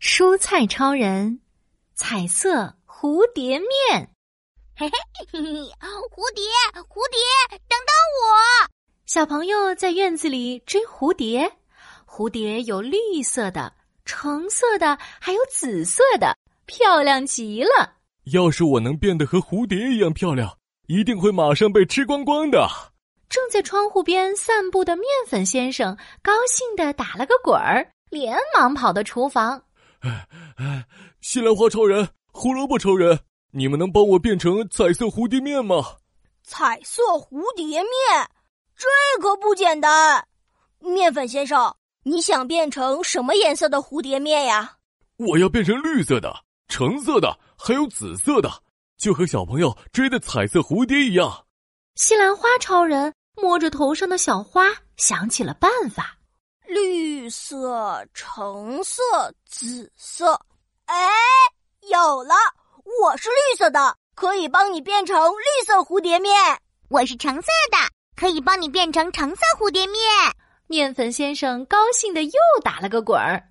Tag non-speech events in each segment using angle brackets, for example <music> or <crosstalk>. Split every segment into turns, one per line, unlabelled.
蔬菜超人，彩色蝴蝶面。
嘿嘿，
<laughs>
蝴蝶，蝴蝶，等等我！
小朋友在院子里追蝴蝶，蝴蝶有绿色的、橙色的，还有紫色的，漂亮极了。
要是我能变得和蝴蝶一样漂亮，一定会马上被吃光光的。
正在窗户边散步的面粉先生高兴地打了个滚儿，连忙跑到厨房。
哎哎，西兰花超人、胡萝卜超人，你们能帮我变成彩色蝴蝶面吗？
彩色蝴蝶面，这可不简单。面粉先生，你想变成什么颜色的蝴蝶面呀？
我要变成绿色的、橙色的，还有紫色的，就和小朋友追的彩色蝴蝶一样。
西兰花超人摸着头上的小花，想起了办法。
绿色、橙色、紫色，哎，有了！我是绿色的，可以帮你变成绿色蝴蝶面。
我是橙色的，可以帮你变成橙色蝴蝶面。
面粉先生高兴的又打了个滚儿。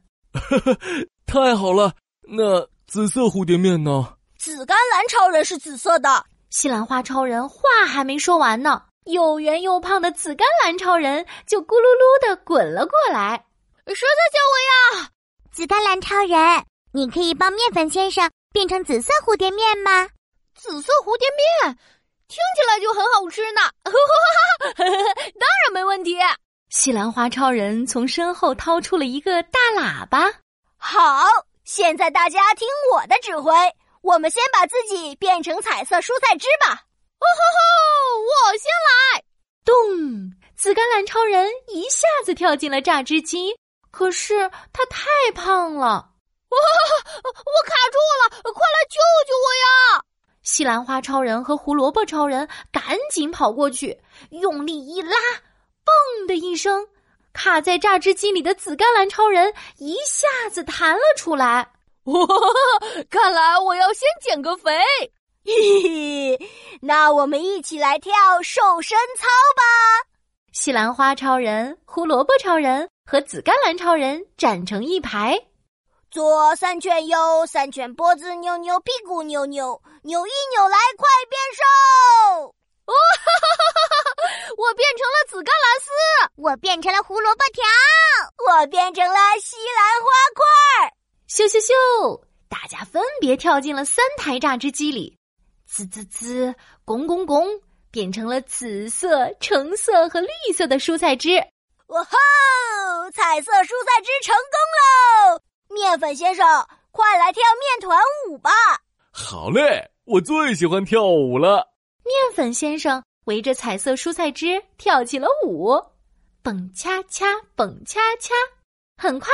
太好了，那紫色蝴蝶面呢？
紫甘蓝超人是紫色的，
西兰花超人话还没说完呢，又圆又胖的紫甘蓝超人就咕噜噜的滚了过来。
谁在叫我呀？
紫甘蓝超人，你可以帮面粉先生变成紫色蝴蝶面吗？
紫色蝴蝶面听起来就很好吃呢，当然没问题。
西兰花超人从身后掏出了一个大喇叭。
好，现在大家听我的指挥，我们先把自己变成彩色蔬菜汁吧。
哦吼吼，我先来！
咚！紫甘蓝超人一下子跳进了榨汁机，可是他太胖了。
我我卡住了，快来救救我呀！
西兰花超人和胡萝卜超人赶紧跑过去，用力一拉，嘣的一声，卡在榨汁机里的紫甘蓝超人一下子弹了出来。
哇，看来我要先减个肥。
<laughs> 嘿嘿，那我们一起来跳瘦身操吧！
西兰花超人、胡萝卜超人和紫甘蓝超人站成一排，
左三圈，右三圈，脖子扭扭，屁股扭扭，扭一扭来，快变 <laughs> 瘦！
哇、哦，我变成了紫甘蓝丝，
我变成了胡萝卜条，
我变成了西兰花块儿。
咻咻咻！大家分别跳进了三台榨汁机里，滋滋滋，拱拱拱，变成了紫色、橙色和绿色的蔬菜汁。
哇吼！彩色蔬菜汁成功喽！哦面粉先生，快来跳面团舞吧！
好嘞，我最喜欢跳舞了。
面粉先生围着彩色蔬菜汁跳起了舞，蹦恰恰，蹦恰恰。很快，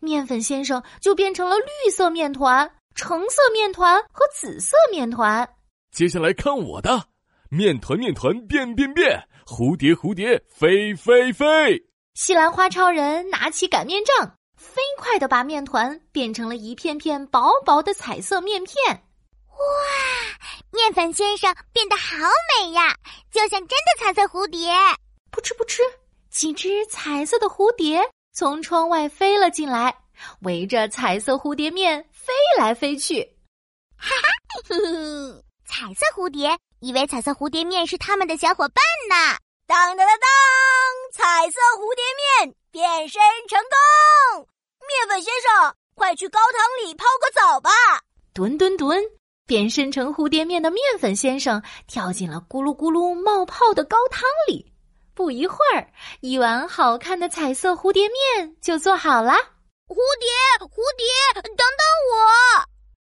面粉先生就变成了绿色面团、橙色面团和紫色面团。
接下来看我的，面团面团变变变，蝴蝶蝴蝶飞飞飞。
西兰花超人拿起擀面杖。飞快的把面团变成了一片片薄薄的彩色面片，
哇！面粉先生变得好美呀，就像真的彩色蝴蝶。
扑哧扑哧，几只彩色的蝴蝶从窗外飞了进来，围着彩色蝴蝶面飞来飞去。
哈哈，嘿嘿，
<laughs>
彩色蝴蝶以为彩色蝴蝶面是他们的小伙伴呢。
当当当当，彩色蝴蝶面变身成功。面粉先生，快去高塘里泡个澡吧！
吨吨吨，变身成蝴蝶面的面粉先生跳进了咕噜咕噜冒泡的高汤里。不一会儿，一碗好看的彩色蝴蝶面就做好啦！
蝴蝶，蝴蝶，等等我！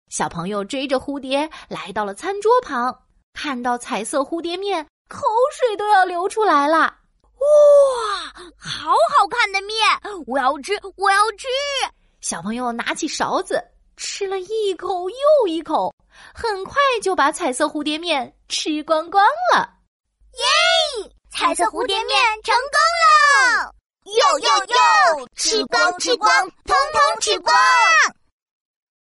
小朋友追着蝴蝶来到了餐桌旁，看到彩色蝴蝶面，口水都要流出来了。
哇，好好看的面！我要吃，我要吃！
小朋友拿起勺子吃了一口又一口，很快就把彩色蝴蝶面吃光光了。
耶！彩色蝴蝶面成功了！
哟哟哟！
吃光吃光，通通吃光！